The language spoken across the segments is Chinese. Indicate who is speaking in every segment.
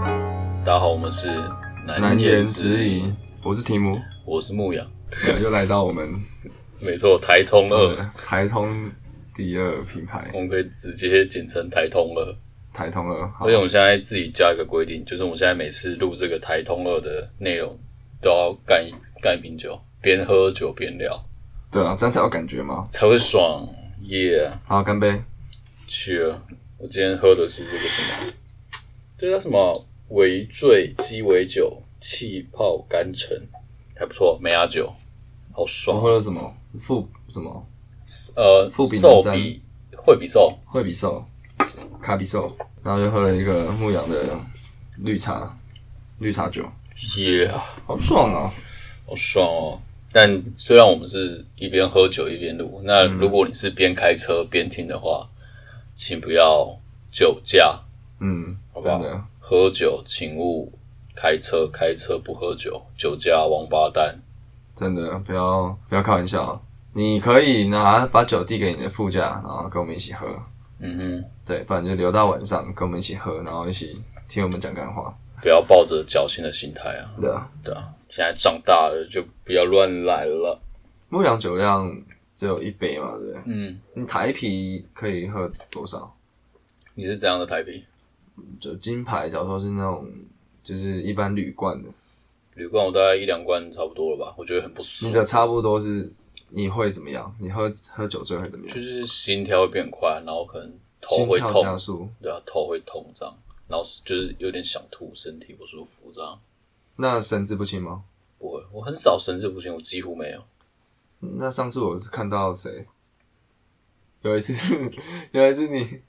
Speaker 1: 大家好，我们是
Speaker 2: 难言
Speaker 1: 之
Speaker 2: 之隐，，我是 提姆，
Speaker 1: 我是牧羊，
Speaker 2: 呃又来到我们
Speaker 1: 没错，台通二，哦
Speaker 2: 呃台通第二品牌
Speaker 1: 我们可以直接简称台通二。
Speaker 2: 台通二，好
Speaker 1: 而且我们现在自己加一个规定，就是我们现在每次录这个台通二的内容，都要干一干一瓶酒，边喝酒边聊，
Speaker 2: 对啊，这样才有感觉嘛。
Speaker 1: 才会爽耶！
Speaker 2: 好，干杯！
Speaker 1: 去了，我今天喝的是这个什么？这叫什么？尾醉鸡尾酒气泡甘醇，还不错，梅亚酒，好
Speaker 2: 我
Speaker 1: 爽。
Speaker 2: 喝了什么？富什么？
Speaker 1: 呃，
Speaker 2: 富比
Speaker 1: 寿
Speaker 2: 南山
Speaker 1: 比惠比寿，
Speaker 2: 惠比寿，卡比寿，然后就喝了一个牧羊的绿茶，绿茶酒，
Speaker 1: 耶、
Speaker 2: 好爽啊！
Speaker 1: 好爽哦！但虽然我们是一边喝酒一边录，那如果你是边开车边听的话，请不要酒驾。
Speaker 2: 嗯，
Speaker 1: 好吧
Speaker 2: 真的，
Speaker 1: 喝酒请勿开车，开车不喝酒，酒驾王八蛋。
Speaker 2: 真的，不要不要开玩笑。你可以拿把酒递给你的副驾，然后跟我们一起喝。
Speaker 1: 嗯
Speaker 2: 对，不然就留到晚上跟我们一起喝，然后一起听我们讲干话。
Speaker 1: 哼，不要抱着侥幸的心态啊！
Speaker 2: 对啊，
Speaker 1: 对啊，现在长大了就不要乱来了。
Speaker 2: 牧羊酒量只有一杯嘛，对不对？
Speaker 1: 嗯，
Speaker 2: 你台啤可以喝多少？
Speaker 1: 你是怎样的台啤？
Speaker 2: 就金牌，假如说是那种就是一般铝罐的，
Speaker 1: 铝罐我大概一两罐差不多了吧，我觉得很不
Speaker 2: 你
Speaker 1: 爽，
Speaker 2: 的差不多是你会怎么样？你喝喝酒醉会怎么样
Speaker 1: 就？是心跳会变快，然后可能头
Speaker 2: 心
Speaker 1: 会
Speaker 2: 跳
Speaker 1: 痛，
Speaker 2: 加速。
Speaker 1: 对啊，头会痛这样，然后就是有点想吐，身体不舒服这样。
Speaker 2: 那神志不清吗？
Speaker 1: 不会，我很少神志不清，我几乎没有。
Speaker 2: 那上次我是看到谁？有一次， 有一次你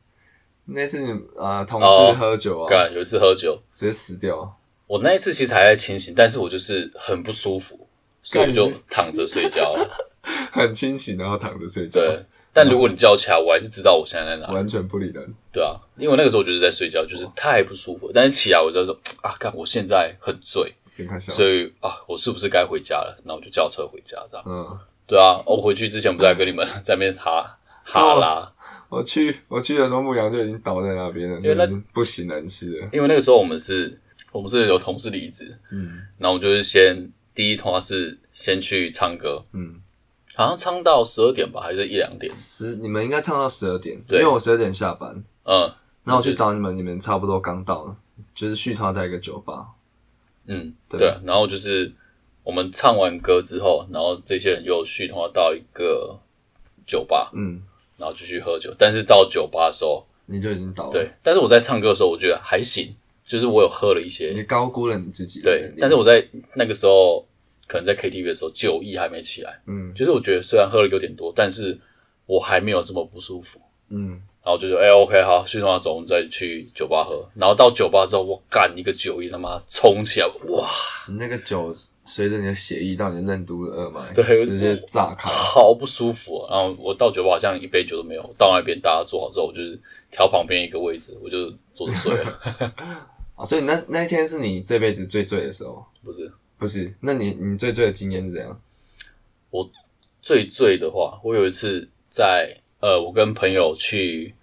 Speaker 2: 那次你啊、呃同
Speaker 1: 哦
Speaker 2: 事喝酒啊，
Speaker 1: 干、有一次喝酒，
Speaker 2: 直接死掉。啊
Speaker 1: 我那一次其实还在清醒，但是我就是很不舒服，所以我就
Speaker 2: 干你
Speaker 1: 躺着睡觉 了。
Speaker 2: 很清醒，然后躺着睡觉，
Speaker 1: 对，但如果你叫我起来，我还是知道我现在在哪。
Speaker 2: 完全不理人。
Speaker 1: 对啊，因为那个时候我就是在睡觉，就是太不舒服了。但是起来我就说啊，干，我现在很醉，
Speaker 2: 给他笑死。
Speaker 1: 所以啊，我是不是该回家了？然后我就叫车回家这样。
Speaker 2: 嗯，对
Speaker 1: 对啊，我回去之前不是还跟你们 在那边哈哈啦。
Speaker 2: 哦我去我去的时候，牧羊就已经倒在那边了，
Speaker 1: 为那
Speaker 2: 已经不省人事了。
Speaker 1: 因为那个时候我们是，我们是有同事离职，
Speaker 2: 嗯，
Speaker 1: 然后我们就是先第一通话是先去唱歌，
Speaker 2: 嗯，
Speaker 1: 好像唱到十二点吧，还是一两点，
Speaker 2: 十，你们应该唱到十二点，因
Speaker 1: 对
Speaker 2: 为我十二点下班，
Speaker 1: 嗯
Speaker 2: 然后我去找你们，你们差不多刚到了，就是续唱在一个酒吧。
Speaker 1: 嗯，
Speaker 2: 对
Speaker 1: 对，然后就是我们唱完歌之后，然后这些人又续通话到一个酒吧，
Speaker 2: 嗯，
Speaker 1: 然后继续喝酒，但是到酒吧的时候，
Speaker 2: 你就已经倒了。，
Speaker 1: 对，但是我在唱歌的时候，我觉得还行，就是我有喝了一些，
Speaker 2: 你高估了你自己的能
Speaker 1: 对
Speaker 2: 力。，
Speaker 1: 但是我在那个时候可能在 KTV 的时候，酒意还没起来，
Speaker 2: 嗯
Speaker 1: 就是我觉得虽然喝了有点多，但是我还没有这么不舒服。
Speaker 2: 嗯，
Speaker 1: 然后就说，哎、o k 好，去他妈走，我们再去酒吧喝。然后到酒吧之后，我干一个酒意，他妈冲起来，哇，
Speaker 2: 你那个酒随着你的血液到你的任督的二脉，
Speaker 1: 对
Speaker 2: 直接炸开。
Speaker 1: 好不舒服、啊。然后我到酒吧好像一杯酒都没有，到那边大家坐好之后，我就是挑旁边一个位置，我就坐着睡 了。
Speaker 2: 啊，所以那那一天是你这辈子最醉的时候，
Speaker 1: 不是
Speaker 2: 不是？那你你最醉的经验是怎样？
Speaker 1: 最醉的话，我有一次在呃，我跟朋友去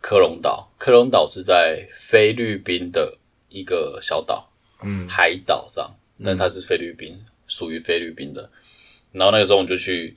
Speaker 1: 科隆岛，科隆岛是在菲律宾的一个小岛，
Speaker 2: 嗯，
Speaker 1: 海岛这样，但它是菲律宾，属于菲律宾的。然后那个时候我们就去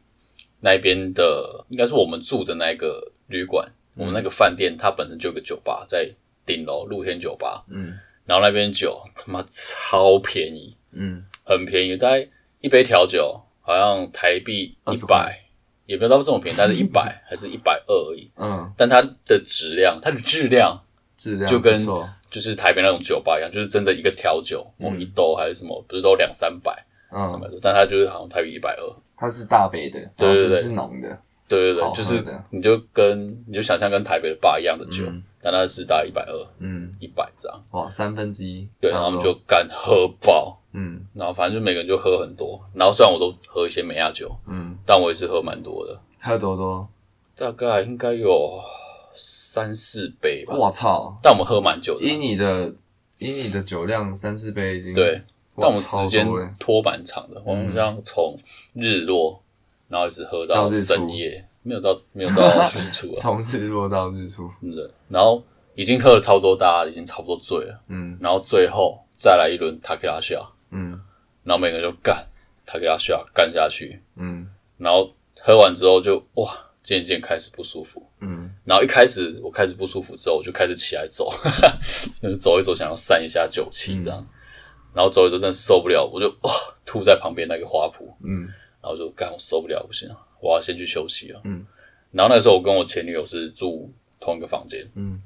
Speaker 1: 那边的，应该是我们住的那个旅馆，我们那个饭店它本身就有个酒吧在顶楼，露天酒吧。
Speaker 2: 嗯
Speaker 1: 然后那边酒他妈超便宜，
Speaker 2: 嗯。
Speaker 1: 很便宜，大概一杯调酒好像台币一
Speaker 2: 20
Speaker 1: 百
Speaker 2: 块，
Speaker 1: 也没有到这么便宜， 但是一百还是一百二而已。
Speaker 2: 嗯，
Speaker 1: 但它的质量，它的质量
Speaker 2: 质量
Speaker 1: 就跟
Speaker 2: 不错
Speaker 1: 就是台北那种酒吧一样，就是真的一个调酒，我、一兜还是什么，不是都两三百什
Speaker 2: 嗯，
Speaker 1: 么的，但它就是好像台币一百二。
Speaker 2: 它是大杯的，
Speaker 1: 对对
Speaker 2: 然后
Speaker 1: 对
Speaker 2: 是是浓的，
Speaker 1: 对对对，
Speaker 2: 好喝
Speaker 1: 就是
Speaker 2: 的
Speaker 1: 你就跟你就想象跟台北的吧一样的酒，但它是大概一百二、
Speaker 2: 嗯，
Speaker 1: 一百这样。
Speaker 2: 哇，三分之一，
Speaker 1: 对，
Speaker 2: 差
Speaker 1: 然后
Speaker 2: 不
Speaker 1: 我们
Speaker 2: 多
Speaker 1: 就干喝爆，
Speaker 2: 嗯
Speaker 1: 然后反正就每个人就喝很多，然后虽然我都喝一些美亚酒，
Speaker 2: 嗯，
Speaker 1: 但我也是喝蛮多的，
Speaker 2: 喝多多，
Speaker 1: 大概应该有三四杯吧。
Speaker 2: 我操！
Speaker 1: 但我们喝蛮久的
Speaker 2: 以
Speaker 1: 啊，
Speaker 2: 你的以你的酒量，三四杯已经
Speaker 1: 对，
Speaker 2: 哇，
Speaker 1: 但我们
Speaker 2: 超
Speaker 1: 时间
Speaker 2: 多欸嗯嘞
Speaker 1: 拖蛮长的，我们这样从日落，然后一直喝
Speaker 2: 到日出
Speaker 1: 深夜，没有到没有到日出啊，
Speaker 2: 从日落到日出，
Speaker 1: 真的。然后已经喝了超多，大家已经差不多醉了，
Speaker 2: 嗯
Speaker 1: 然后最后再来一轮塔克拉夏，
Speaker 2: 嗯
Speaker 1: 然后每个人就干塔克拉夏干下去，
Speaker 2: 嗯
Speaker 1: 然后喝完之后就哇，渐渐开始不舒服。
Speaker 2: 嗯
Speaker 1: 然后一开始我开始不舒服之后，我就开始起来走， 就是走一走，想要散一下酒气这样。
Speaker 2: 嗯
Speaker 1: 然后走一走，真的受不了，我就哇吐在旁边那个花圃，
Speaker 2: 嗯
Speaker 1: 然后就干我受不了，不行了，我要先去休息了。
Speaker 2: 嗯，
Speaker 1: 然后那时候我跟我前女友是住同一个房间，
Speaker 2: 嗯，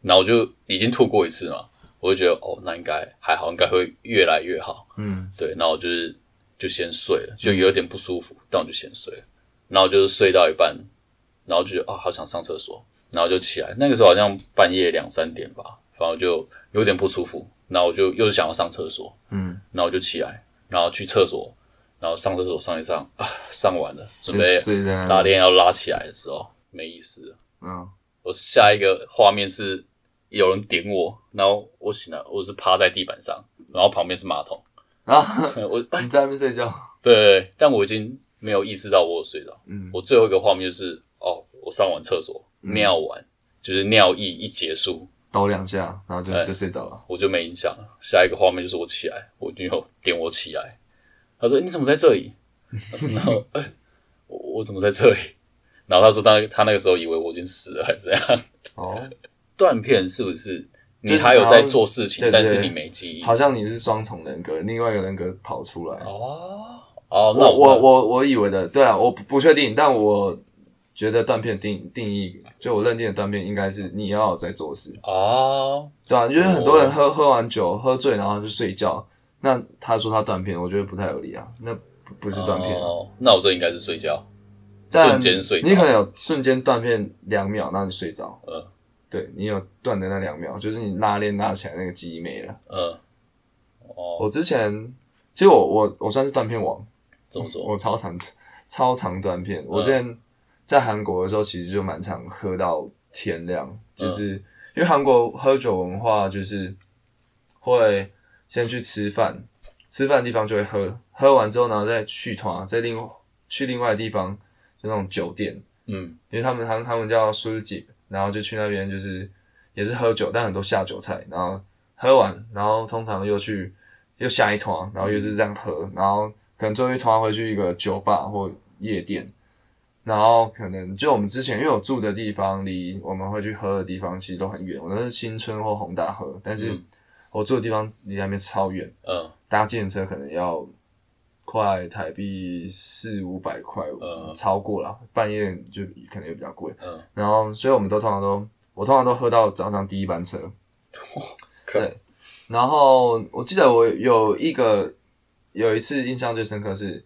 Speaker 1: 然后我就已经吐过一次嘛，我就觉得哦，那应该还好，应该会越来越好。
Speaker 2: 嗯
Speaker 1: 对，然后我就是就先睡了，就有点不舒服，但我就先睡了。然后就是睡到一半，然后就觉得啊、好想上厕所，然后就起来。那个时候好像半夜两三点吧，反正我就有点不舒服，然后我就又想要上厕所，
Speaker 2: 嗯，
Speaker 1: 然后我就起来，然后去厕所，然后上厕所上一上啊，上完了，准
Speaker 2: 就
Speaker 1: 备
Speaker 2: 睡在
Speaker 1: 拉
Speaker 2: 那里，
Speaker 1: 链要拉起来的时候，没意思了。
Speaker 2: 嗯
Speaker 1: 我下一个画面是有人顶我，然后我醒来，我是趴在地板上，然后旁边是马桶，
Speaker 2: 啊，
Speaker 1: 我
Speaker 2: 你在那边睡觉，
Speaker 1: 对，但我已经没有意识到我有睡着。
Speaker 2: 嗯
Speaker 1: 我最后一个画面就是，哦，我上完厕所尿完，就是尿意一结束，
Speaker 2: 抖两下，然后就
Speaker 1: 对
Speaker 2: 就睡着了，
Speaker 1: 我就没影响了。下一个画面就是我起来，我女友点我起来，她说你怎么在这里？ 然后，哎、我我怎么在这里？ 然后她说她她那个时候以为我已经死了还是怎样？
Speaker 2: 哦，
Speaker 1: 断片是不是？
Speaker 2: 就是
Speaker 1: 你还有
Speaker 2: 好
Speaker 1: 在
Speaker 2: 像
Speaker 1: 做事情，
Speaker 2: 对对
Speaker 1: 但是
Speaker 2: 对
Speaker 1: 你没记忆。
Speaker 2: 好像你是双重人格，另外一个人格跑出来，
Speaker 1: 哦哦，那
Speaker 2: 我我
Speaker 1: 我
Speaker 2: 我我以为的，对啊，我不不确定，但我觉得断片定定义，就我认定的断片应该是你要有在做事，
Speaker 1: 哦，
Speaker 2: 对啊，就是很多人喝喝完酒喝醉然后就睡觉，那他说他断片，我觉得不太有理啊，那不不是断片啊，
Speaker 1: 哦，那我这应该是睡觉，
Speaker 2: 但
Speaker 1: 瞬间睡着
Speaker 2: 你可能有瞬间断片两秒，然后你睡着，
Speaker 1: 嗯
Speaker 2: 对你有断的那两秒，就是你拉链拉起来那个记忆没了。
Speaker 1: 嗯，哦，
Speaker 2: 我之前其实我我我算是断片王，
Speaker 1: 怎么说？
Speaker 2: 我超常超常断片。我之前在韩国的时候，其实就蛮常喝到天亮，就是、因为韩国喝酒文化就是会先去吃饭，吃饭的地方就会喝，喝完之后呢再去团，再另去另外的地方，就那种酒店，
Speaker 1: 嗯
Speaker 2: 因为他们他他们叫苏姐，然后就去那边就是也是喝酒，但很多下酒菜，然后喝完，然后通常又去又下一团，然后又是这样喝，然后可能最后一团会去一个酒吧或夜店，然后可能就我们之前因为我住的地方离我们会去喝的地方其实都很远，我都是新村或宏大喝，但是
Speaker 1: 嗯
Speaker 2: 我住的地方离那边超远，
Speaker 1: 嗯
Speaker 2: 搭计程车可能要快台币四五百块，
Speaker 1: 嗯
Speaker 2: 超过了，半夜就可能也比较贵。
Speaker 1: 嗯，
Speaker 2: 然后所以我们都通常都，我通常都喝到早上第一班车。
Speaker 1: 可
Speaker 2: 对然后我记得我有一个有一次印象最深刻是，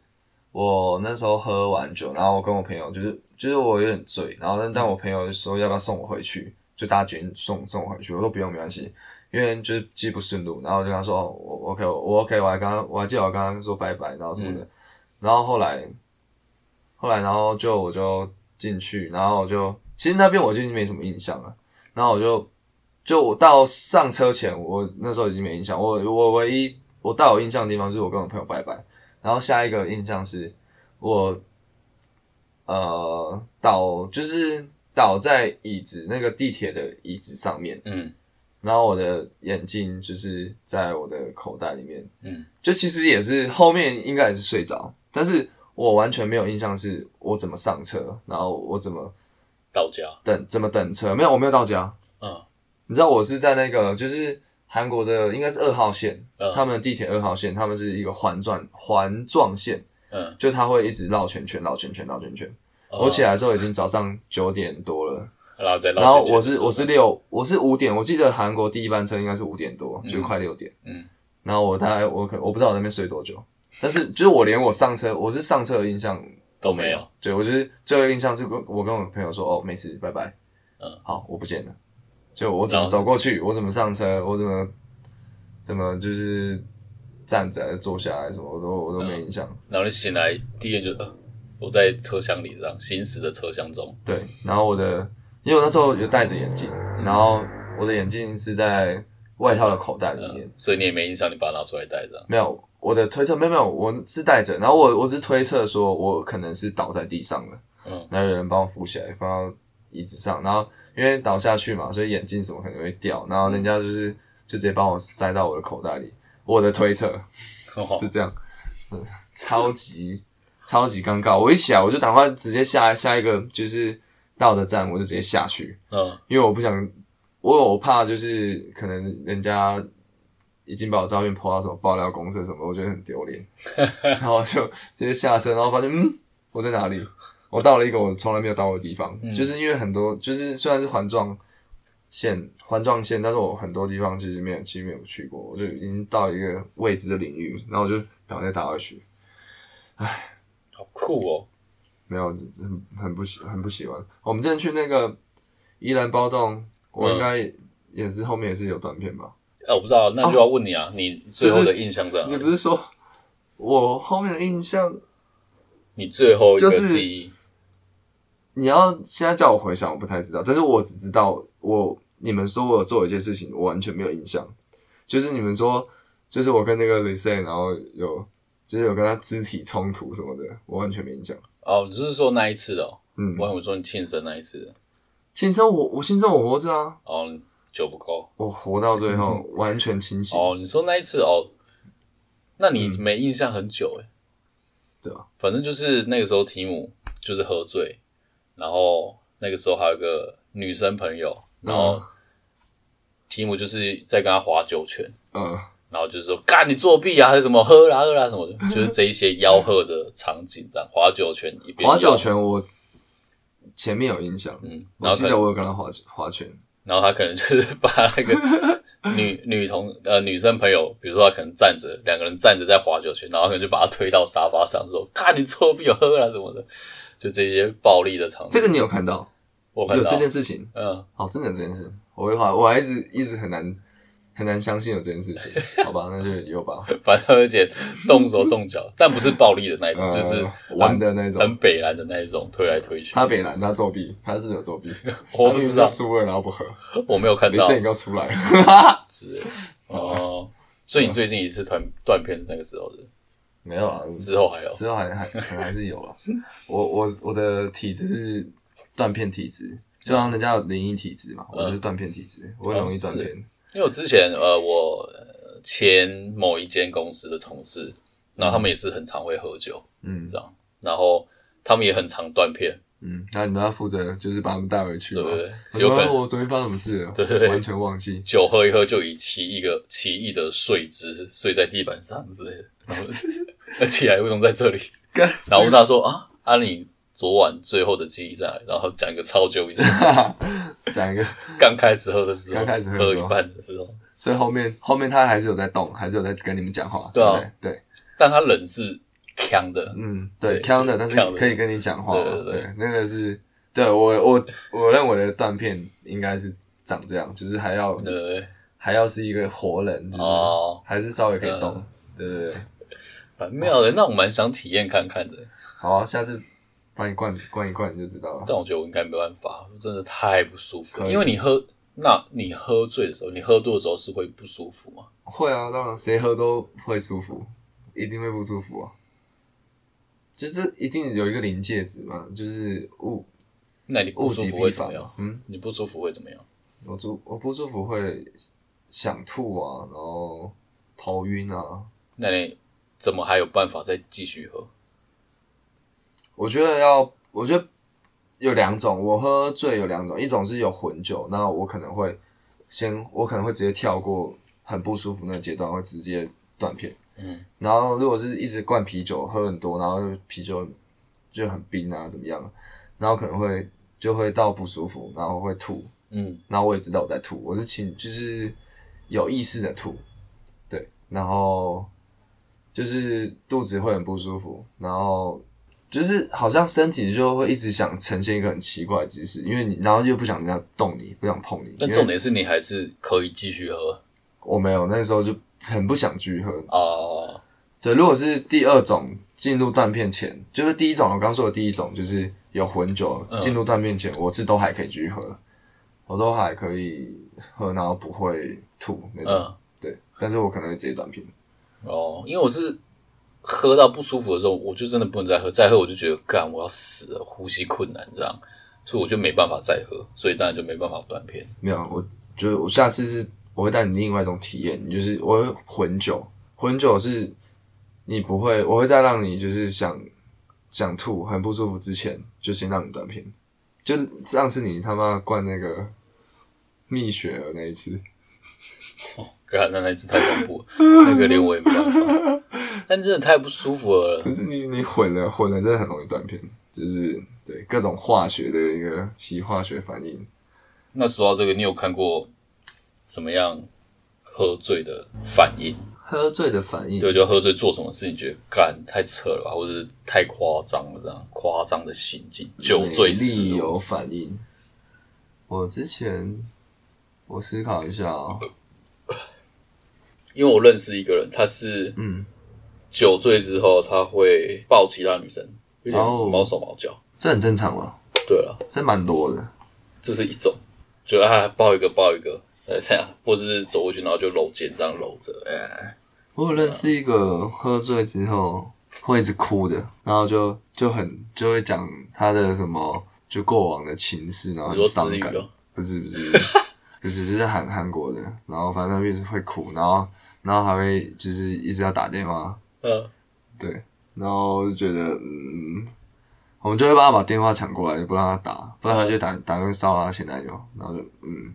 Speaker 2: 我那时候喝完酒，然后我跟我朋友就是就是我有点醉，然后但但我朋友就说要不要送我回去，就搭捷运送送我回去，我说不用没关系，因为就是记不顺路，然后我就跟他说哦我我 OK 我我 OK 我还刚刚我还记得我刚刚说拜拜，然后什么的，然后后来后来然后就我就进去，然后我就其实那边我就已经没什么印象了，然后我就就我到上车前，我那时候已经没印象，我我唯一我大有印象的地方是我跟我朋友拜拜，然后下一个印象是我呃倒就是倒在椅子那个地铁的椅子上面。
Speaker 1: 嗯
Speaker 2: 然后我的眼镜就是在我的口袋里面，
Speaker 1: 嗯，
Speaker 2: 就其实也是后面应该也是睡着，但是我完全没有印象是我怎么上车，然后我怎么
Speaker 1: 到家，
Speaker 2: 等怎么等车，没有，我没有到家，
Speaker 1: 嗯
Speaker 2: 你知道我是在那个就是韩国的应该是二号线，
Speaker 1: 嗯
Speaker 2: 他们地铁二号线，他们是一个环转环状线，
Speaker 1: 嗯，
Speaker 2: 就它会一直绕圈圈绕圈圈绕圈圈，
Speaker 1: 哦
Speaker 2: 我起来的时候已经早上九点多了，
Speaker 1: 然后再绕
Speaker 2: 然后
Speaker 1: 圈圈
Speaker 2: 我
Speaker 1: 的
Speaker 2: 是
Speaker 1: 时候
Speaker 2: 我是六，我是五点，我记得韩国第一班车应该是五点多，就快六点。
Speaker 1: 嗯，
Speaker 2: 然后我大概我可我不知道我在那边睡多久，但是就是我连我上车，我是上车的印象
Speaker 1: 都没有，。
Speaker 2: 对我就是最后一个印象是跟我跟我朋友说哦没事拜拜，
Speaker 1: 嗯，
Speaker 2: 好我不见了，就我怎
Speaker 1: 然
Speaker 2: 么
Speaker 1: 后
Speaker 2: 走过去，我怎么上车，我怎么怎么就是站着还是坐下来什么，我都我都
Speaker 1: 嗯
Speaker 2: 没印象。
Speaker 1: 然后你醒来第一眼就，呃，我在车厢里这样行驶的车厢中，
Speaker 2: 对，然后我的，因为我那时候有戴着眼镜，然后我的眼镜是在外套的口袋里面，
Speaker 1: 所以你也没印象，你把它拿出来戴这样。
Speaker 2: 没有我的推测，没有没有，我是戴着，然后我我只是推测说我可能是倒在地上了，
Speaker 1: 嗯，
Speaker 2: 然后有人帮我扶起来放到椅子上，然后因为倒下去嘛，所以眼镜什么可能会掉，然后人家就是就直接帮我塞到我的口袋里，我的推测
Speaker 1: 哦
Speaker 2: 是这样，嗯超级超级尴尬。我一起来我就打快直接下下一个就是到的站，我就直接下去，
Speaker 1: 嗯
Speaker 2: 因为我不想，我我怕就是可能人家已经把我照片 po 到什么爆料公社什么的，我觉得很丢脸，然后就直接下车，然后发现嗯，我在哪里？我到了一个我从来没有到过的地方，就是因为很多就是虽然是环状线环状线，但是我很多地方其实没有其实没有去过，我就已经到一个未知的领域，然后我就赶快再打回去，
Speaker 1: 好酷哦，
Speaker 2: 没有很很不喜很不喜欢。我们之前去那个宜兰包栋，我
Speaker 1: 嗯
Speaker 2: 应该也是后面也是有短片吧？
Speaker 1: 哎、我不知道，那就要问你啊，你最后的印象在
Speaker 2: 你
Speaker 1: 哪
Speaker 2: 不
Speaker 1: 里？
Speaker 2: 哦是说我后面的印象？
Speaker 1: 你最后一个
Speaker 2: 就是
Speaker 1: 记忆，
Speaker 2: 你要现在叫我回想，我不太知道，但是我只知道我你们说我有做一件事情，我完全没有印象，就是你们说，就是我跟那个 l i s a 然后有就是有跟他肢体冲突什么的，我完全没印象。
Speaker 1: 哦，你是说那一次的哦？
Speaker 2: 嗯
Speaker 1: 我以为说你庆生那一次的，
Speaker 2: 新生我我新生我活着啊，
Speaker 1: 哦，你酒不够，
Speaker 2: 我活到最后完全清醒。
Speaker 1: 哦，你说那一次哦，那你没印象很久哎、
Speaker 2: 对啊，
Speaker 1: 反正就是那个时候提姆就是喝醉，然后那个时候还有个女生朋友，然后提姆就是在跟他划酒拳，
Speaker 2: 嗯，
Speaker 1: 然后就是说干你作弊啊，还是什么喝啦喝啦什么的，就是这一些吆喝的场景，这样划酒拳一边
Speaker 2: 划酒
Speaker 1: 吆，
Speaker 2: 拳我前面有印象，
Speaker 1: 嗯，然
Speaker 2: 我
Speaker 1: 后
Speaker 2: 记
Speaker 1: 可
Speaker 2: 得
Speaker 1: 能
Speaker 2: 我有跟他划划拳，
Speaker 1: 然后他可能就是把那个 女女同呃女生朋友，比如说他可能站着，两个人站着在划酒拳，然后可能就把他推到沙发上说看你作弊有喝啊啦什么的， 就这些暴力的场景，
Speaker 2: 这个你有看到？
Speaker 1: 我看
Speaker 2: 有
Speaker 1: 到
Speaker 2: 这，件事情？
Speaker 1: 嗯，
Speaker 2: 哦，真的有这件事，我会画，我还一直一直很难很难相信有这件事情。 好吧，那就有吧，
Speaker 1: 反正而且动手动 脚，但不是暴力的那一种，
Speaker 2: 呃
Speaker 1: 就是
Speaker 2: 玩的那种
Speaker 1: 很。北蓝的那一种推来推去，
Speaker 2: 他北南，他作弊，他是有作弊，
Speaker 1: 我
Speaker 2: 他
Speaker 1: 不
Speaker 2: 明
Speaker 1: 知
Speaker 2: 明
Speaker 1: 道
Speaker 2: 就，输了，然后不喝，
Speaker 1: 我没有看
Speaker 2: 没
Speaker 1: 到
Speaker 2: 事，你给我出来。
Speaker 1: 哦。所以你最近一次断断片是那个时候的，
Speaker 2: 没有啦，
Speaker 1: 之后还有
Speaker 2: 之后还还可能还是有了。我我我的体质是断片体质，就像人家有灵异体质嘛，我就是断片体质，我很容易断
Speaker 1: 哦是
Speaker 2: 片。
Speaker 1: 因为我之前呃，我呃前某一间公司的同事，然后他们也是很常会喝酒，
Speaker 2: 嗯
Speaker 1: 这样，然后他们也很常断片，
Speaker 2: 嗯，那你们要负责就是把他们带回去嘛。
Speaker 1: 对不对
Speaker 2: 我
Speaker 1: 有可能
Speaker 2: 说我昨天发生什么事了？
Speaker 1: 对对对
Speaker 2: 完全忘记。
Speaker 1: 酒喝一喝就以奇异的奇异的睡姿睡在地板上之类的，然后 呃起来为什么在这里？
Speaker 2: 干
Speaker 1: 然后问他说啊，啊你昨晚最后的记忆在哪里？然后讲一个超久以前
Speaker 2: 讲一个，
Speaker 1: 刚开始喝的时候，
Speaker 2: 刚开始喝的
Speaker 1: 喝
Speaker 2: 时
Speaker 1: 一
Speaker 2: 候
Speaker 1: 半的时候，
Speaker 2: 所以后面后面他还是有在动，还是有在跟你们讲话，
Speaker 1: 对
Speaker 2: 对
Speaker 1: 啊
Speaker 2: 不对？对，
Speaker 1: 但他人是呛的，
Speaker 2: 嗯，
Speaker 1: 对
Speaker 2: 对，康的，但
Speaker 1: 就是是呛的
Speaker 2: 可以跟你讲话嘛，
Speaker 1: 对对对
Speaker 2: 那个是，对我我我认为的断片应该是长这样，就是还要
Speaker 1: 对不对？
Speaker 2: 还要是一个活人，就是
Speaker 1: 哦嗯
Speaker 2: 还是稍微可以动，对对对。
Speaker 1: 蛮妙的，那我蛮想体验看看的。
Speaker 2: 好啊，下次把你灌灌一灌你就知道了。
Speaker 1: 但我觉得我应该没办法，真的太不舒服
Speaker 2: 可
Speaker 1: 了。
Speaker 2: 以
Speaker 1: 因为你喝，那你喝醉的时候，你喝多的时候是会不舒服吗？
Speaker 2: 会啊，当然谁喝都会舒服，一定会不舒服啊。就这一定有一个临界值嘛，就是物
Speaker 1: 那你不
Speaker 2: 物
Speaker 1: 舒
Speaker 2: 极
Speaker 1: 服
Speaker 2: 必
Speaker 1: 会怎
Speaker 2: 反
Speaker 1: 么
Speaker 2: 嘛
Speaker 1: 样？，
Speaker 2: 嗯。
Speaker 1: 你不舒服会怎么样？
Speaker 2: 我住我不舒服会想吐啊，然后头晕啊。
Speaker 1: 那你怎么还有办法再继续喝？
Speaker 2: 我觉得要，我觉得有两种，我喝醉有两种，一种是有混酒，那我可能会先，我可能会直接跳过很不舒服那个阶段，会直接断片。
Speaker 1: 嗯，
Speaker 2: 然后如果是一直灌啤酒，喝很多，然后啤酒就很冰啊，怎么样？然后可能会就会到不舒服，然后会吐，
Speaker 1: 嗯，
Speaker 2: 然后我也知道我在吐，我是请就是有意识的吐，对，然后就是肚子会很不舒服，然后就是好像身体就会一直想呈现一个很奇怪的姿势，因为你然后又不想人家动你，不想碰你，
Speaker 1: 但
Speaker 2: 因
Speaker 1: 重
Speaker 2: 为
Speaker 1: 点是你还是可以继续喝
Speaker 2: 我没有那时候就很不想去喝。
Speaker 1: 啊、
Speaker 2: 对，如果是第二种进入断片前，就是第一种我刚说的第一种，就是有混酒进入断片前，我是都还可以继续喝，我都还可以喝，然后不会吐那种。
Speaker 1: 嗯，
Speaker 2: 对，但是我可能会直接短片。
Speaker 1: 哦，因为我是喝到不舒服的时候，我就真的不能再喝，再喝我就觉得干我要死了，呼吸困难这样，所以我就没办法再喝，所以当然就没办法断片。
Speaker 2: 没有，我觉得我下次是我会带你另外一种体验，你就是我会混酒，混酒是你不会，我会在让你就是想想吐很不舒服之前，就先让你断片。就上次你他妈灌那个蜜雪儿那一次，
Speaker 1: 干，那那一次太恐怖了，那个连我也没办法，但真的太不舒服了
Speaker 2: 可。是你你混了混了，真的很容易断片，就是对各种化学的一个起化学反应。
Speaker 1: 那说到这个，你有看过怎么样喝醉的反应？
Speaker 2: 喝醉的反应，
Speaker 1: 对，就喝醉做什么事情，觉得干太扯了吧，或者是太夸张了，这样夸张的行径，酒醉思
Speaker 2: 理
Speaker 1: 路。
Speaker 2: 由反应。我之前我思考一下哦，
Speaker 1: 因为我认识一个人，他是
Speaker 2: 嗯，
Speaker 1: 酒醉之后，他会抱其他女生，有点
Speaker 2: 哦
Speaker 1: 毛手毛脚。
Speaker 2: 这很正常嘛，
Speaker 1: 对了，
Speaker 2: 这蛮多的。
Speaker 1: 这是一种，就啊抱一个抱一个，呃这样，或者是走过去然后就搂肩这样搂着，哎、
Speaker 2: 我有认识一个喝醉之后会一直哭的，然后就就很就会讲他的什么就过往的情事，然后
Speaker 1: 你
Speaker 2: 很
Speaker 1: 说
Speaker 2: 伤
Speaker 1: 子语
Speaker 2: 感。
Speaker 1: 哦，
Speaker 2: 不是不是 不是，就是韩韩国的，然后反正他一直会哭，然后然后还会就是一直要打电话，
Speaker 1: 嗯，
Speaker 2: 对，然后就觉得嗯，我们就会帮他把电话抢过来，不让他打，不然他就打打电话骚扰他前男友，然后就嗯，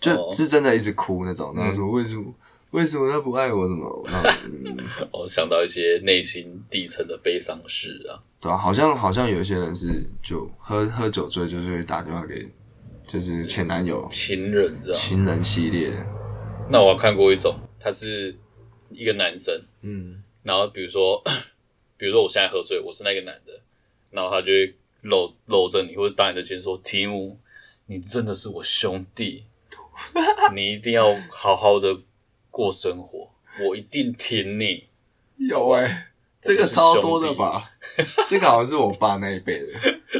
Speaker 2: 就
Speaker 1: 哦
Speaker 2: 是真的一直哭那种，然后说为什么为什么他不爱我什么，然后嗯，
Speaker 1: 我想到一些内心底层的悲伤事啊，
Speaker 2: 对啊，好像好像有一些人是就喝喝酒醉就是会打电话给就是前男友、
Speaker 1: 情人这样。
Speaker 2: 情人系列的，
Speaker 1: 那我看过一种，他是一个男生，
Speaker 2: 嗯，
Speaker 1: 然后比如说， 比如说我现在喝醉，我是那个男的，然后他就会搂搂着你，或者打你的肩说：“提姆，你真的是我兄弟，你一定要好好的过生活，我一定挺你。
Speaker 2: 有哎、这
Speaker 1: 我
Speaker 2: 个
Speaker 1: 们是
Speaker 2: 超多的吧？这个好像是我爸那一辈的，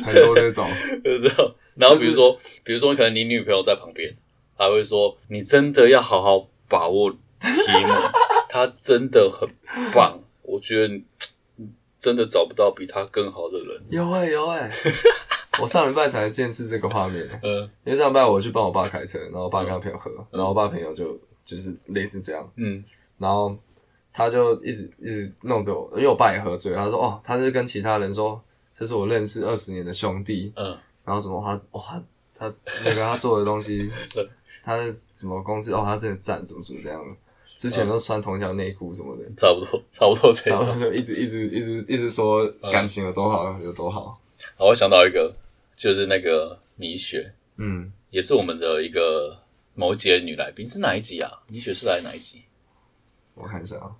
Speaker 2: 很多那 种。”
Speaker 1: 就是这样。然后比如说，比如说可能你女朋友在旁边，还会说：“你真的要好好把握提姆，他真的很棒，我觉得你你真的找不到比他更好的人。”
Speaker 2: 有哎、有哎、我上礼拜才见识这个画面，
Speaker 1: 呃，
Speaker 2: 因为上礼拜我去帮我爸开车，然后我爸跟他朋友喝，然后我爸朋友就就是类似这样，
Speaker 1: 嗯，
Speaker 2: 然后他就一直一直弄着我，因为我爸也喝醉，他说哦，他就跟其他人说这是我认识二十年的兄弟，
Speaker 1: 嗯，
Speaker 2: 然后什么他哇他他那个他做的 东西
Speaker 1: 对，
Speaker 2: 他的什么公司哦，他真的赞什么什么这样的，之前都穿同一条内裤什么的，
Speaker 1: 差不多，差不多这
Speaker 2: 然
Speaker 1: 种。
Speaker 2: 后就一直一直一直一直说
Speaker 1: 嗯
Speaker 2: 感情有多好有多好，
Speaker 1: 好，我想到一个，就是那个米雪，
Speaker 2: 嗯，
Speaker 1: 也是我们的一个某一集的女来宾，是哪一集啊？米雪是来哪一集？
Speaker 2: 我看一下啊，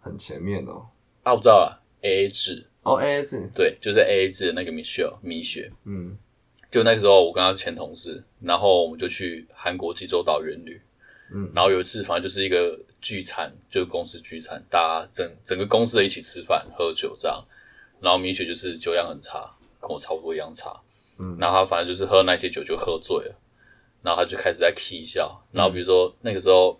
Speaker 2: 很前面哦，
Speaker 1: 啊，我知道了，A A 制，
Speaker 2: 哦 A A 制，
Speaker 1: 对，就是 A A 制的那个米雪，米雪。
Speaker 2: 嗯
Speaker 1: 就那个时候，我跟她前同事，然后我们就去韩国济州岛远旅，
Speaker 2: 嗯，
Speaker 1: 然后有一次反正就是一个聚餐，就是公司聚餐，大家整整个公司的一起吃饭喝酒这样，然后米雪就是酒量很差，跟我差不多一样差，
Speaker 2: 嗯
Speaker 1: 然后她反正就是喝那些酒就喝醉了，然后她就开始在 k 笑，然后比如说那个时候，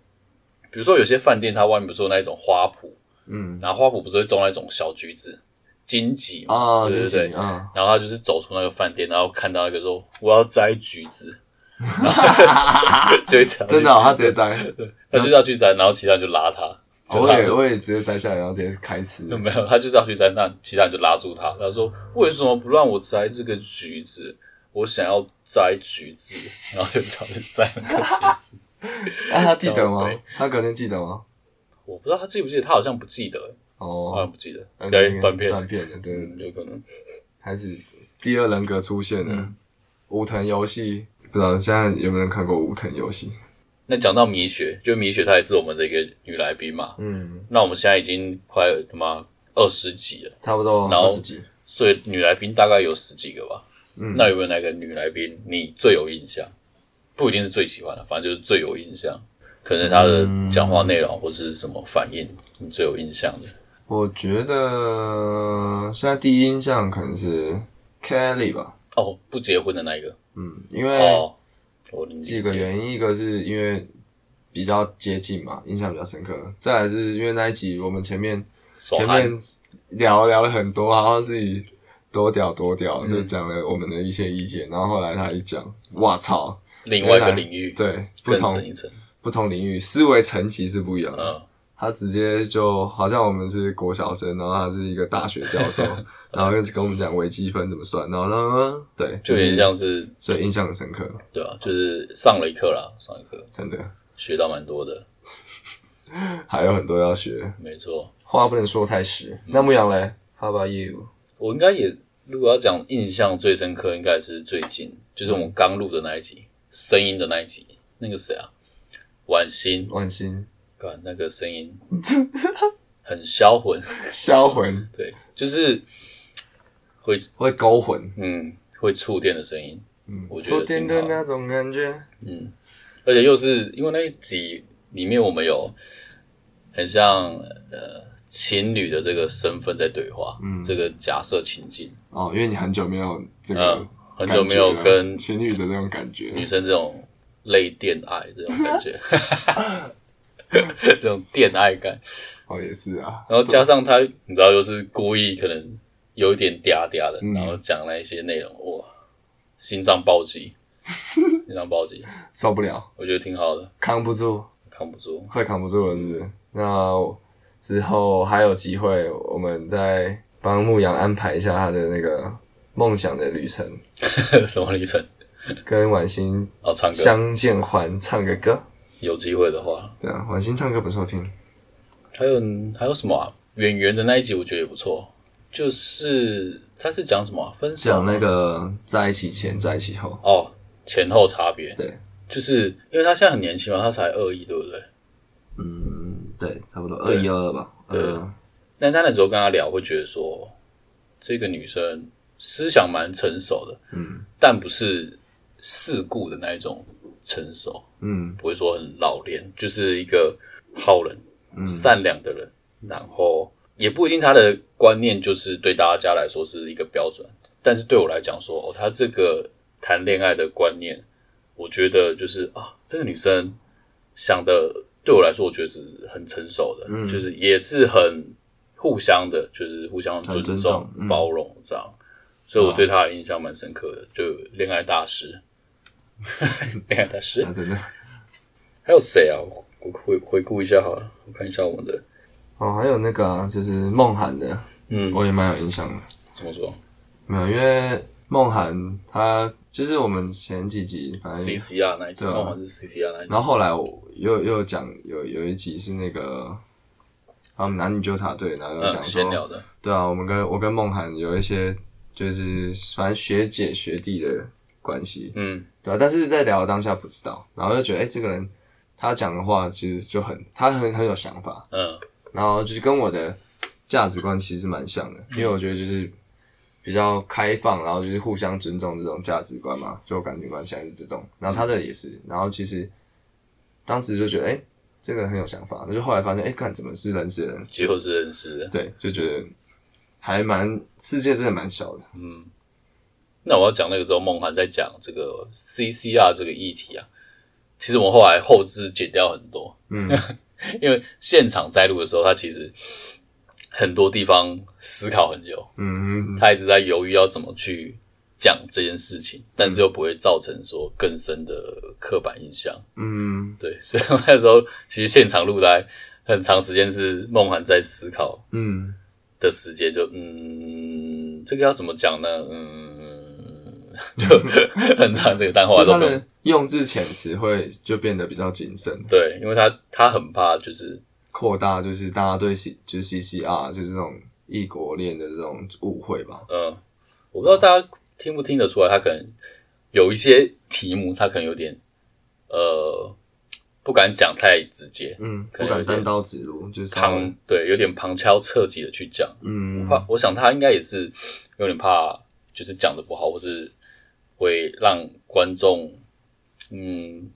Speaker 1: 比如说有些饭店它外面不是有那一种花圃，
Speaker 2: 嗯
Speaker 1: 然后花圃不是会种那种小橘子、荆棘嘛，
Speaker 2: 啊，
Speaker 1: 对
Speaker 2: 经
Speaker 1: 对
Speaker 2: 济
Speaker 1: 对，
Speaker 2: 啊，
Speaker 1: 然后他就是走出那个饭店，然后看到那个说我要摘橘子， 然后就会这样
Speaker 2: 真的哦，他直接摘，哦
Speaker 1: 他就是要去摘，然后其他人就拉他，就
Speaker 2: 我
Speaker 1: 拉
Speaker 2: 也我也直接摘下来，然后直接开吃，
Speaker 1: 没有，他就是要去摘，那其他人就拉住他，他说为什么不让我摘这个橘子？我想要摘橘子，然后就这样去摘那个橘子。
Speaker 2: 那哎他记得吗
Speaker 1: 靠北？
Speaker 2: 他隔天记得吗？
Speaker 1: 我不知道他记不记得，他好像不记得，好
Speaker 2: 哦
Speaker 1: 像，不记得，
Speaker 2: 那
Speaker 1: 嗯对，
Speaker 2: 个
Speaker 1: 断片，
Speaker 2: 断片的，对，
Speaker 1: 嗯，有可能。
Speaker 2: 开始第二人格出现
Speaker 1: 嗯
Speaker 2: 了，武藤游戏，不知道现在有没有人看过武藤游戏？
Speaker 1: 那讲到米雪，就米雪她也是我们的一个女来宾嘛。
Speaker 2: 嗯，
Speaker 1: 那我们现在已经快他妈二十集了。
Speaker 2: 差不多
Speaker 1: 然后
Speaker 2: 二十几，
Speaker 1: 所以女来宾大概有十几个吧。
Speaker 2: 嗯
Speaker 1: 那有没有哪个女来宾你最有印象？不一定是最喜欢的，反正就是最有印象，可能是她的讲话内容或是什么反应，你最有印象的。
Speaker 2: 我觉得现在第一印象可能是 Kelly 吧，
Speaker 1: 哦，不结婚的那一个。
Speaker 2: 嗯，因为
Speaker 1: 哦，我理
Speaker 2: 几
Speaker 1: 解。
Speaker 2: 个原因，一个是因为比较接近嘛，印象比较深刻，再来是因为那一集我们前面
Speaker 1: 爽
Speaker 2: 前
Speaker 1: 案
Speaker 2: 面聊聊了很多，好像自己多屌多屌，
Speaker 1: 嗯
Speaker 2: 就讲了我们的一些意见，然后后来他一讲，哇操，
Speaker 1: 另外一个领域
Speaker 2: 对，不
Speaker 1: 更深
Speaker 2: 同
Speaker 1: 一层。
Speaker 2: 不同领域思维层级是不一样的。
Speaker 1: 嗯，
Speaker 2: 他直接就好像我们是国小生，然后他是一个大学教 授，然后跟跟我们讲微积分怎么算，然后呢，对，
Speaker 1: 就有
Speaker 2: 是
Speaker 1: 点像是
Speaker 2: 所以印象很深刻，
Speaker 1: 对啊，就是上了一课啦，上一课
Speaker 2: 真的
Speaker 1: 学到蛮多的，
Speaker 2: 还有很多要学，
Speaker 1: 没错。
Speaker 2: 话不能说太实。那牧羊嘞，How about you？
Speaker 1: 我应该也如果要讲印象最深刻，应该是最近就是我们刚录的那一集，声音的那一集，那个谁啊，婉欣，
Speaker 2: 万心
Speaker 1: 干那个声 音很销魂，
Speaker 2: 销魂
Speaker 1: 对，就是
Speaker 2: 会勾魂，
Speaker 1: 嗯会触电的声音，
Speaker 2: 嗯，
Speaker 1: 我觉得
Speaker 2: 触电
Speaker 1: 挺
Speaker 2: 的
Speaker 1: 好
Speaker 2: 那种感觉，
Speaker 1: 而且又是因为那一集里面我们有很像呃情侣的这个身份在对话，嗯，这个假设情境，
Speaker 2: 哦，因为你很久没有这个
Speaker 1: 嗯，很
Speaker 2: 感觉啊
Speaker 1: 久
Speaker 2: 了、
Speaker 1: 没有跟
Speaker 2: 情侣的那种感觉，
Speaker 1: 女生这种类恋爱这种感觉，这种恋爱感，
Speaker 2: 哦，也是啊，
Speaker 1: 然后加上他，你知道，又是故意可能有一点嗲嗲的，
Speaker 2: 嗯
Speaker 1: 然后讲那一些内容，哇，心脏暴击，心脏暴击，
Speaker 2: 受不了，
Speaker 1: 我觉得挺好的，
Speaker 2: 扛不住，
Speaker 1: 扛不住，
Speaker 2: 快扛不住了，是不是？那之后还有机会，我们再帮牧羊安排一下他的那个梦想的旅程，
Speaker 1: 什么旅程？
Speaker 2: 跟婉欣
Speaker 1: 然后唱歌，
Speaker 2: 相见欢，唱个歌。
Speaker 1: 有机会的话，
Speaker 2: 对啊，婉欣唱歌不错听，
Speaker 1: 还有还有什么啊？演员的那一集我觉得也不错，就是他是讲什么啊、分手
Speaker 2: 讲那个在一起前，在一起后，
Speaker 1: 哦，前后差别，
Speaker 2: 对，
Speaker 1: 就是因为他现在很年轻嘛，他才二一，对不对？
Speaker 2: 嗯，对，差不多二
Speaker 1: 对
Speaker 2: 一二二吧，二二，
Speaker 1: 但他那时候跟他聊，会觉得说这个女生思想蛮成熟的，
Speaker 2: 嗯，
Speaker 1: 但不是世故的那一种成熟，
Speaker 2: 嗯
Speaker 1: 不会说很老练，就是一个好人、
Speaker 2: 嗯
Speaker 1: 善良的人。然后也不一定他的观念就是对大家来说是一个标准，但是对我来讲说，哦，他这个谈恋爱的观念，我觉得就是啊，这个女生想的对我来说，我觉得是很成熟的，
Speaker 2: 嗯
Speaker 1: 就是也是很互相的，就是互相尊
Speaker 2: 很尊
Speaker 1: 重
Speaker 2: 重、嗯
Speaker 1: 包容这样。所以我对他的印象蛮深刻的，就恋爱大师， 恋爱大师
Speaker 2: 那真的。
Speaker 1: 还有谁啊？我我回回顾一下好了，我看一下我们的，
Speaker 2: 哦，还有那个、啊、就是梦涵的，
Speaker 1: 嗯，
Speaker 2: 我也蛮有印象的。
Speaker 1: 怎么说
Speaker 2: 没有，因为梦涵她就是我们前几集，反正
Speaker 1: ？CCR 那一集，
Speaker 2: 对啊
Speaker 1: 梦幻是 CCR 那一集，
Speaker 2: 然后后来我又又讲有有一集是那个他们男女纠察队，然后又
Speaker 1: 嗯，
Speaker 2: 讲
Speaker 1: 闲
Speaker 2: 说，
Speaker 1: 聊的，
Speaker 2: 对啊，我们跟我跟梦涵有一些就是反正学姐学弟的关系，
Speaker 1: 嗯
Speaker 2: 对啊，但是在聊的当下不知道，然后就觉得哎、诶这个人他讲的话其实就很他很很有想法，
Speaker 1: 嗯，
Speaker 2: 然后就是跟我的价值观其实蛮像的，因为我觉得就是比较开放，然后就是互相尊重这种价值观嘛，就我感情观现在是这种，然后他的也是，然后其实当时就觉得，哎、这个人很有想法，那就后来发现，哎、看怎么是人是人，
Speaker 1: 结婚是认识的。
Speaker 2: 对，就觉得还蛮世界真的蛮小的，
Speaker 1: 那我要讲那个时候，梦涵在讲这个 CCR 这个议题啊，其实我们后来后置剪掉很多，
Speaker 2: 嗯，
Speaker 1: 因为现场摘录的时候，他其实很多地方思考很久，
Speaker 2: 嗯，
Speaker 1: 他一直在犹豫要怎么去讲这件事情，但是又不会造成说更深的刻板印象。
Speaker 2: 嗯
Speaker 1: 对， 所以我那时候其实现场录来很长时间是梦涵在思考
Speaker 2: 嗯，
Speaker 1: 的时间，就嗯，这个要怎么讲呢？嗯， 就很长这个淡化
Speaker 2: 就
Speaker 1: 都
Speaker 2: 他
Speaker 1: 没有。
Speaker 2: 的用字遣词会就变得比较谨慎，
Speaker 1: 对，因为他他很怕就是
Speaker 2: 扩大就是大家对 C 就是 CCR 就是这种异国恋的这种误会吧，
Speaker 1: 嗯，我不知道大家听不听得出来，他可能有一些题目他可能有点呃不敢讲太直接，
Speaker 2: 嗯，
Speaker 1: 可
Speaker 2: 不
Speaker 1: 能有点
Speaker 2: 敢单刀直入，就是稍微
Speaker 1: 旁对有点旁敲侧击的去讲。
Speaker 2: 嗯
Speaker 1: 怕，我想他应该也是有点怕，就是讲的不好，或是会让观众嗯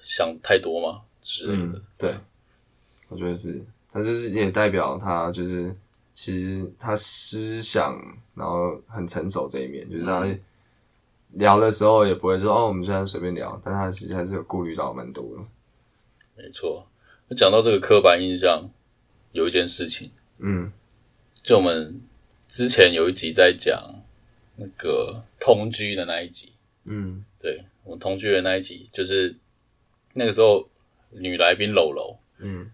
Speaker 1: 想太多嘛之类的。
Speaker 2: 嗯，对，我觉得是，他就是也代表他就是其实他思想然后很成熟这一面，就是他
Speaker 1: 嗯
Speaker 2: 聊的时候也不会说哦，我们虽然随便聊，但他其实还是有顾虑到蛮多的，
Speaker 1: 没错。那讲到这个刻板印象，有一件事情，
Speaker 2: 嗯
Speaker 1: 就我们之前有一集在讲那个同居的那一集，
Speaker 2: 嗯
Speaker 1: 对我们同居的那一集，就是那个时候女来宾柔柔，
Speaker 2: 嗯，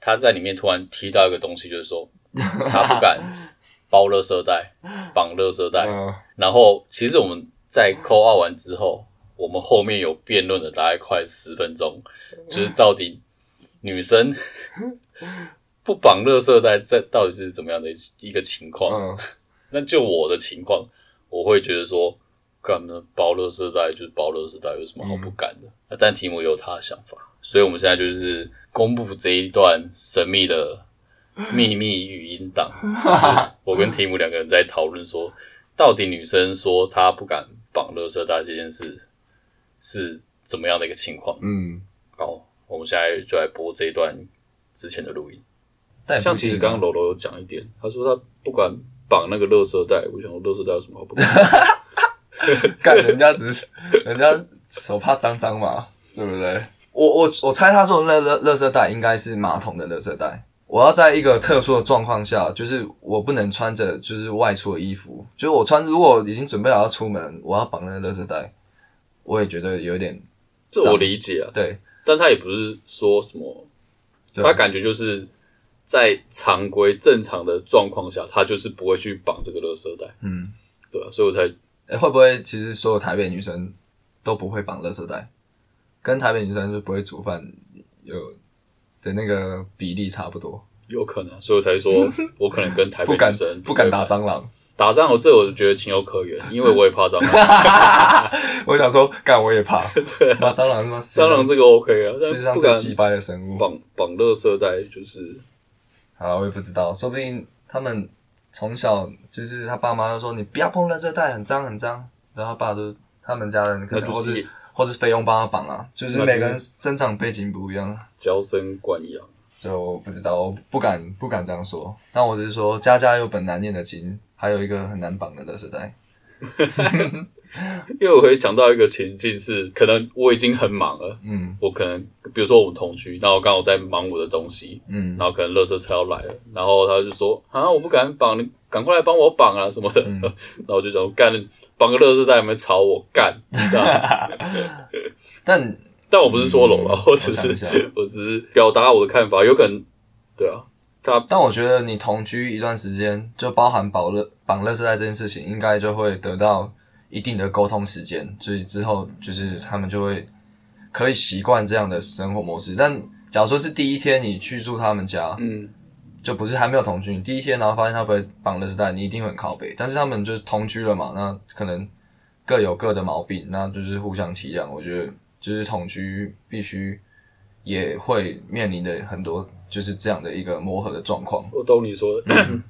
Speaker 1: 他在里面突然踢到一个东西，就是说他不 敢包垃圾袋、绑垃圾袋。
Speaker 2: 嗯
Speaker 1: 然后其实我们在扣二完之后，我们后面有辩论了大概快十分钟，就是到底女生 不绑垃圾袋在到底是怎么样的一个情况？
Speaker 2: 嗯，
Speaker 1: 那就我的情况，我会觉得说，干嘛包垃圾袋就是包垃圾袋，有什么好不敢的？啊但提姆也有他的想法，所以我们现在就是公布这一段神秘的秘密语音档，就是我跟提姆两个人在讨论说，到底女生说她不敢绑垃圾袋这件事是怎么样的一个情况？
Speaker 2: 嗯，
Speaker 1: 好，我们现在就来播这一段之前的录音。
Speaker 2: 但
Speaker 1: 像其实
Speaker 2: 啊
Speaker 1: 刚刚柔柔有讲一点，他说他不管绑那个垃圾袋，我想说垃圾袋有什么好不管？
Speaker 2: 干人家只是人家手怕脏脏嘛， 对不对？我我我猜他说的垃垃垃圾袋应该是马桶的垃圾袋。我要在一个特殊的状况下，就是我不能穿着就是外出的衣服，就是我穿如果已经准备好要出门，我要绑那个垃圾袋，我也觉得有点
Speaker 1: 这我理解啊，
Speaker 2: 对，
Speaker 1: 但他也不是说什么，
Speaker 2: 对啊
Speaker 1: 他感觉就是在常规正常的状况下，他就是不会去绑这个垃圾袋，
Speaker 2: 嗯，
Speaker 1: 对啊，所以我才
Speaker 2: 诶会不会其实所有台北女生都不会绑垃圾袋，跟台北女生就不会煮饭有的那个比例差不多，
Speaker 1: 有可能啊，所以我才 说我可能跟台北
Speaker 2: 不敢
Speaker 1: 女生
Speaker 2: 不敢打
Speaker 1: 仗，
Speaker 2: 蟑螂。
Speaker 1: 打仗我这我就觉得情有可原，因为我也怕蟑 螂，
Speaker 2: 我想说，干我也怕，妈蟑螂他妈世
Speaker 1: 啊蟑螂这个 OK 啊，
Speaker 2: 世界
Speaker 1: 但
Speaker 2: 上
Speaker 1: 不
Speaker 2: 最
Speaker 1: 敢
Speaker 2: 鸡掰的生物。
Speaker 1: 绑绑垃圾袋就是
Speaker 2: 好了，我也不知道，说不定他们从小就是他爸妈就说你不要碰垃圾袋，很脏很脏，然后他爸就他们家人可
Speaker 1: 那
Speaker 2: 能
Speaker 1: 就
Speaker 2: 或
Speaker 1: 是
Speaker 2: 是或是菲佣帮他绑啊，就
Speaker 1: 那
Speaker 2: 是
Speaker 1: 就是
Speaker 2: 每个人生长背景不一样，
Speaker 1: 娇生惯养。
Speaker 2: 就我不知道，我不敢不敢这样说。但我只是说，家家有本难念的经，还有一个很难绑的垃圾袋。
Speaker 1: 因为我会想到一个情境是，可能我已经很忙了，
Speaker 2: 嗯
Speaker 1: 我可能比如说我们同居，然后我刚好在忙我的东西，
Speaker 2: 嗯
Speaker 1: 然后可能垃圾车要来了，然后他就说啊，我不敢绑，你赶快来帮我绑啊什么的，
Speaker 2: 嗯
Speaker 1: 然后我就想说干绑个垃圾袋，有没有吵我干？这样，
Speaker 2: 但
Speaker 1: 但我不是说聋了
Speaker 2: 嗯，
Speaker 1: 我只是
Speaker 2: 我想一下
Speaker 1: 我只是表达我的看法，有可能对啊，
Speaker 2: 但我觉得你同居一段时间，就包含绑乐绑乐色带这件事情，应该就会得到一定的沟通时间，所以之后就是他们就会可以习惯这样的生活模式。但假如说是第一天你去住他们家，
Speaker 1: 嗯，
Speaker 2: 就不是还没有同居，你第一天然后发现他不会绑乐色带，你一定会很靠北。但是他们就是同居了嘛，那可能各有各的毛病，那就是互相体谅。我觉得就是同居必须也会面临的很多就是这样的一个磨合的状况。
Speaker 1: 我懂你说 的，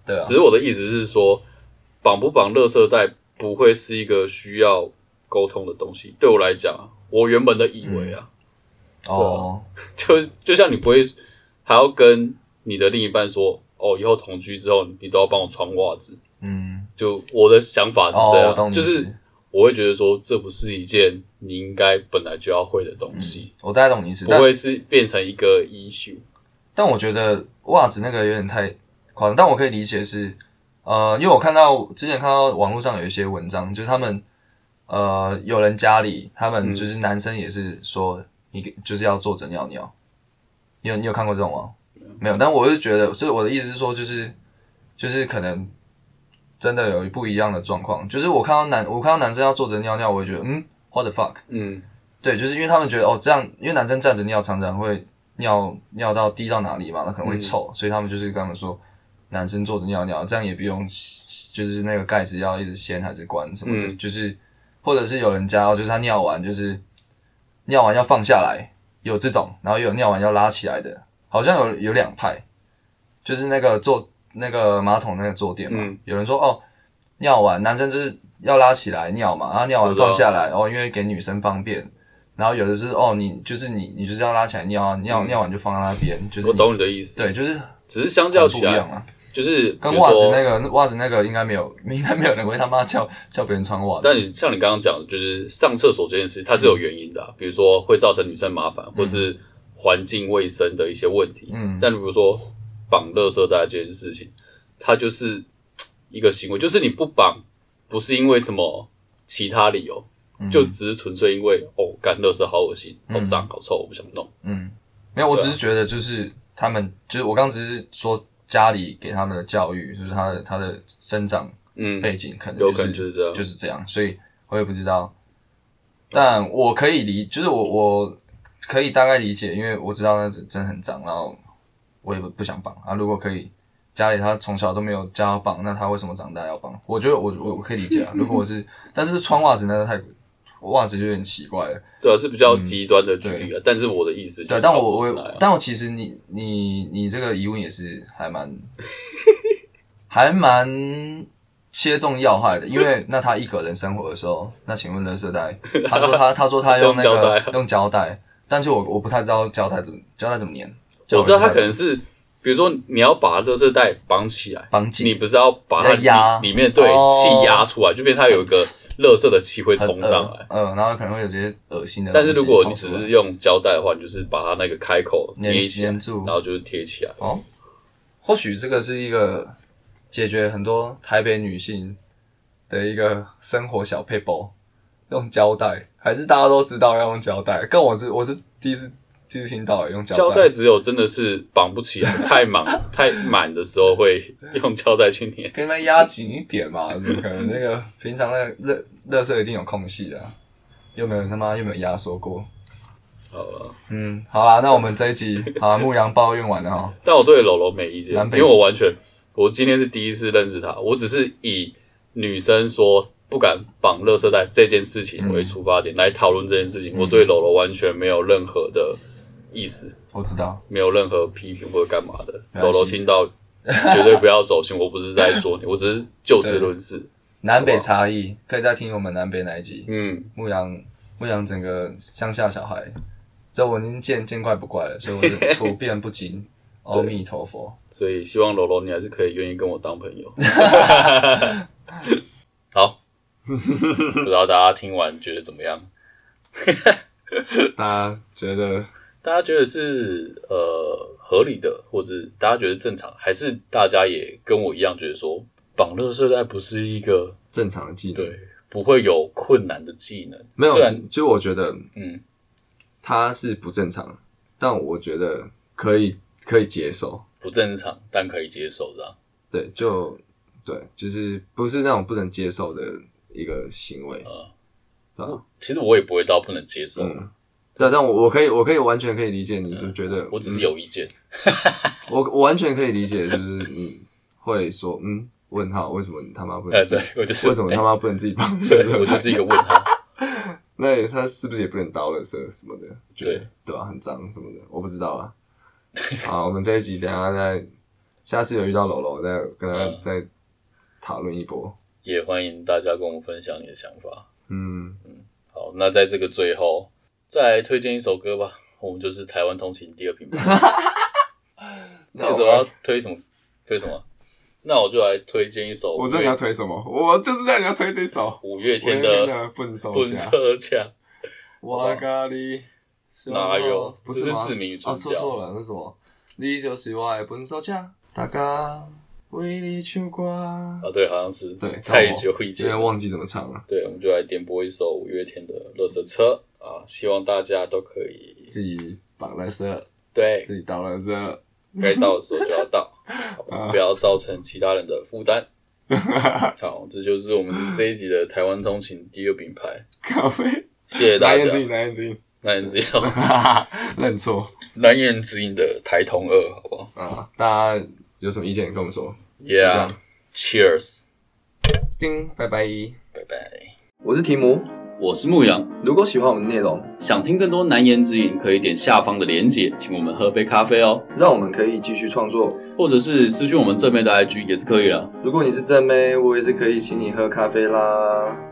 Speaker 2: 对啊
Speaker 1: 只，是我的意思是说，绑不绑垃圾袋不会是一个需要沟通的东西。对我来讲啊，我原本的以为啊，
Speaker 2: 哦，
Speaker 1: 就就像你不会还要跟你的另一半说，哦，以后同居之后你都要帮我穿袜子。
Speaker 2: 嗯，
Speaker 1: 就我的想法是这
Speaker 2: 哦，
Speaker 1: 样，
Speaker 2: 我懂你
Speaker 1: 就
Speaker 2: 意思，
Speaker 1: 是我会觉得说，这不是一件你应该本来就要会的东西，
Speaker 2: 我大概懂你意思，
Speaker 1: 不
Speaker 2: 但
Speaker 1: 会是变成一个 issue。
Speaker 2: 但我觉得袜子那个有点太夸张，但我可以理解是，呃，因为我看到之前看到网络上有一些文章，就是他们呃有人家里他
Speaker 1: 嗯
Speaker 2: 们就是男生也是说你就是要坐着尿尿，你有你有看过这种吗？没有，但我是觉得，就是我的意思是说，就是就是可能真的有不一样的状况，就是我看到男我看到男生要坐着尿尿，我会觉得嗯，what the fuck。
Speaker 1: 嗯，
Speaker 2: 对，就是因为他们觉得哦，这样，因为男生站着尿常常会尿尿到滴到哪里嘛，那可能会
Speaker 1: 嗯
Speaker 2: 臭，所以他们就是跟他们说，男生坐着尿尿，这样也不用就是那个盖子要一直掀还是关什么的，
Speaker 1: 嗯
Speaker 2: 就是或者是有人家哦就是他尿完就是尿完要放下来，有这种，然后也有尿完要拉起来的，好像有有两派，就是那个坐那个马桶那个坐垫嘛，
Speaker 1: 嗯
Speaker 2: 有人说哦，尿完男生就是要拉起来尿嘛，然后尿完
Speaker 1: 我知道
Speaker 2: 放下来，哦，因为给女生方便。然后有的是哦，你就是你，你就是要拉起来尿啊，尿尿完就放在那边，就是
Speaker 1: 我
Speaker 2: 你
Speaker 1: 懂你的意思，
Speaker 2: 对，就是
Speaker 1: 只是相较
Speaker 2: 很不
Speaker 1: 起
Speaker 2: 一样
Speaker 1: 来，
Speaker 2: 啊。
Speaker 1: 就是
Speaker 2: 跟
Speaker 1: 比如
Speaker 2: 袜
Speaker 1: 说
Speaker 2: 子那个袜子那个应该没有， 应该没有人会他妈叫 叫别人穿袜子。
Speaker 1: 但你像你刚刚讲的，就是上厕所这件事，它是有原因的啊、比如说会造成女生麻烦，或是环境卫生的一些问题。
Speaker 2: 嗯
Speaker 1: 但如果说绑垃圾袋这件事情，它就是嘖一个行为，就是你不绑，不是因为什么其他理由，
Speaker 2: 嗯
Speaker 1: 就只是纯粹因为哦，干垃圾好恶心、好脏、好臭，我不想弄。啊
Speaker 2: 嗯，没有，我只是觉得就是他们就是我刚只是说家里给他们的教育，就是他的他的生长
Speaker 1: 嗯，
Speaker 2: 背景可能、
Speaker 1: 有
Speaker 2: 就是、
Speaker 1: 可能就是这样，
Speaker 2: 就是这样，所以我也不知道。但我可以理，就是我我可以大概理解，因为我知道那真的很脏，然后我也不不想绑啊。如果可以，家里他从小都没有教他绑，那他为什么长大要绑？我觉得我我我可以理解啊。如果我是，但是穿袜子那个太袜子就有点奇怪了。
Speaker 1: 对啊，是比较极端的举例啊。但是我的意思就
Speaker 2: 嗯对，
Speaker 1: 是
Speaker 2: 但
Speaker 1: 差不啊
Speaker 2: 我
Speaker 1: 多是那
Speaker 2: 我
Speaker 1: 样，
Speaker 2: 但我其实你你你这个疑问也是还蛮还蛮切中要害的，因 为那他一个人生活的时候，那请问垃圾袋，他说他他说他用那
Speaker 1: 用胶带
Speaker 2: 个
Speaker 1: 啊
Speaker 2: 用胶带，但是我我不太知道胶带怎么胶带怎么粘，
Speaker 1: 我知道他可
Speaker 2: 就
Speaker 1: 能是，比如说你要把垃圾袋绑起来，
Speaker 2: 绑
Speaker 1: 你
Speaker 2: 紧，
Speaker 1: 不是要把它
Speaker 2: 要压
Speaker 1: 里里面对
Speaker 2: 哦
Speaker 1: 气压出来，就变成它有一个垃圾的气会冲上来。
Speaker 2: 嗯，嗯，然后可能会有这些恶心的东
Speaker 1: 但
Speaker 2: 西
Speaker 1: 是
Speaker 2: 跑出
Speaker 1: 如
Speaker 2: 来。
Speaker 1: 果你只是用胶带的话，你就是把它那个开口捏
Speaker 2: 粘
Speaker 1: 起来，
Speaker 2: 粘住
Speaker 1: 然，后就是贴起来。
Speaker 2: 或许这个是一个解决很多台北女性的一个生活小 paper，用胶带，还是大家都知道要用胶带？跟我是我是第一次第一次听到欸用
Speaker 1: 胶
Speaker 2: 胶
Speaker 1: 带只有真的是绑不 起来，太满太满的时候会用胶带去捏。
Speaker 2: 跟他们压紧一点嘛，怎么可能？那个平常那个乐乐色一定有空隙的啊、又没有他妈又没有压缩过。
Speaker 1: 好了，
Speaker 2: 嗯，好啦，那我们这一集好啦牧羊抱怨完了哦。
Speaker 1: 但我对楼楼没意见，
Speaker 2: 南
Speaker 1: 因
Speaker 2: 北
Speaker 1: 为我完全，我今天是第一次认识他，我只是以女生说不敢绑垃圾袋这件事情为出发点、来讨论这件事情。
Speaker 2: 嗯
Speaker 1: 我对楼楼完全没有任何的意思，
Speaker 2: 我知道，
Speaker 1: 没有任何批评或者干嘛的。
Speaker 2: 没
Speaker 1: 楼
Speaker 2: 关系
Speaker 1: 楼听到绝对不要走心，我不是在说你，我只是就事论事。
Speaker 2: 南北差异可以再听我们南北那一集。
Speaker 1: 嗯，
Speaker 2: 牧羊牧羊整个乡下小孩，这我已经见见怪不怪了，所以我就处变 不惊。阿弥陀佛，
Speaker 1: 所以希望楼楼你还是可以愿意跟我当朋 友。好，不知道大家听完觉得怎么样？
Speaker 2: 大家觉得
Speaker 1: 大家觉得是呃合理的，或者大家觉得正常，还是大家也跟我一样觉得说绑乐色带不是一个
Speaker 2: 正常的技能
Speaker 1: 对不会有困难的技能？
Speaker 2: 没有
Speaker 1: 虽然？
Speaker 2: 就我觉得，
Speaker 1: 嗯，
Speaker 2: 他是不正常，但我觉得可以可以接受。
Speaker 1: 不正常，但可以接受的啊、
Speaker 2: 对，就对，就是不是那种不能接受的一个行为。对啊
Speaker 1: 其实我也不会到不能接受，
Speaker 2: 嗯对，但我我可以我可以完全可以理解，你是觉得
Speaker 1: 嗯
Speaker 2: 嗯
Speaker 1: 我只是有意见。
Speaker 2: 我我完全可以理解，就是你会说嗯问号，为什么你他妈不
Speaker 1: 哎、
Speaker 2: 能
Speaker 1: 对我就是
Speaker 2: 嗯为什么他妈不能自己帮？
Speaker 1: 对我就是一个问号。
Speaker 2: 那他是不是也不能倒垃圾什么的？
Speaker 1: 对
Speaker 2: 觉得对啊，很脏什么的，我不知道啊。好，我们这一集等一下再，下次有遇到楼楼再跟他
Speaker 1: 嗯
Speaker 2: 再讨论一波。
Speaker 1: 也欢迎大家跟我们分享你的想法。
Speaker 2: 嗯，
Speaker 1: 好，那在这个最后，再来推荐一首歌吧。我们就是台湾通勤第二品牌。这
Speaker 2: 那
Speaker 1: 个
Speaker 2: 我
Speaker 1: 时候要推什么？推什么？那我就来推荐一首
Speaker 3: 我
Speaker 1: 五
Speaker 3: 知道你要
Speaker 1: 月
Speaker 3: 推什么，我就知道你要推这首。
Speaker 1: 五月天
Speaker 3: 我
Speaker 1: 的
Speaker 3: 的笨手
Speaker 1: 《奔
Speaker 3: 侠，
Speaker 1: 车枪
Speaker 3: 哇咖喱，
Speaker 1: 哪有
Speaker 2: 不
Speaker 1: 这
Speaker 2: 是
Speaker 1: 是
Speaker 2: 吗
Speaker 1: 志明与
Speaker 2: 啊，
Speaker 1: 春
Speaker 2: 说
Speaker 1: 娇
Speaker 2: 错了，那是什么？你就是我的本手枪，大家为你唱歌。
Speaker 1: 啊，对，好像是
Speaker 2: 对
Speaker 1: 太久以
Speaker 2: 今天
Speaker 1: 前。
Speaker 2: 忘记怎么唱了，
Speaker 1: 对，我们就来点播一首五月天的《乐色车》啊，希望大家都可以
Speaker 2: 自己绑垃圾，
Speaker 1: 对
Speaker 2: 自己倒垃圾。
Speaker 1: 该到的时候就要到，好吧不要造成其他人的负担。好，这就是我们这一集的台湾通勤第二品牌，
Speaker 3: 咖 啡，
Speaker 1: 谢谢大
Speaker 3: 蓝
Speaker 1: 家
Speaker 3: 眼。睛，蓝眼睛，
Speaker 1: 蓝眼之音，
Speaker 2: 认错
Speaker 1: 蓝眼之音的台通二，好不好
Speaker 2: 啊！大家有什么意见跟我们说？样
Speaker 1: ？Yeah，Cheers，
Speaker 2: 叮，拜拜。
Speaker 1: 拜拜。
Speaker 2: 我是提姆，
Speaker 1: 我是牧羊，
Speaker 2: 如果喜欢我们的内容，
Speaker 1: 想听更多难言之隐，可以点下方的连结，请我们喝杯咖啡哦，
Speaker 2: 让我们可以继续创作。
Speaker 1: 或者是私讯我们正面的 IG 也是可以的。
Speaker 2: 如果你是正妹，我也是可以请你喝咖啡啦。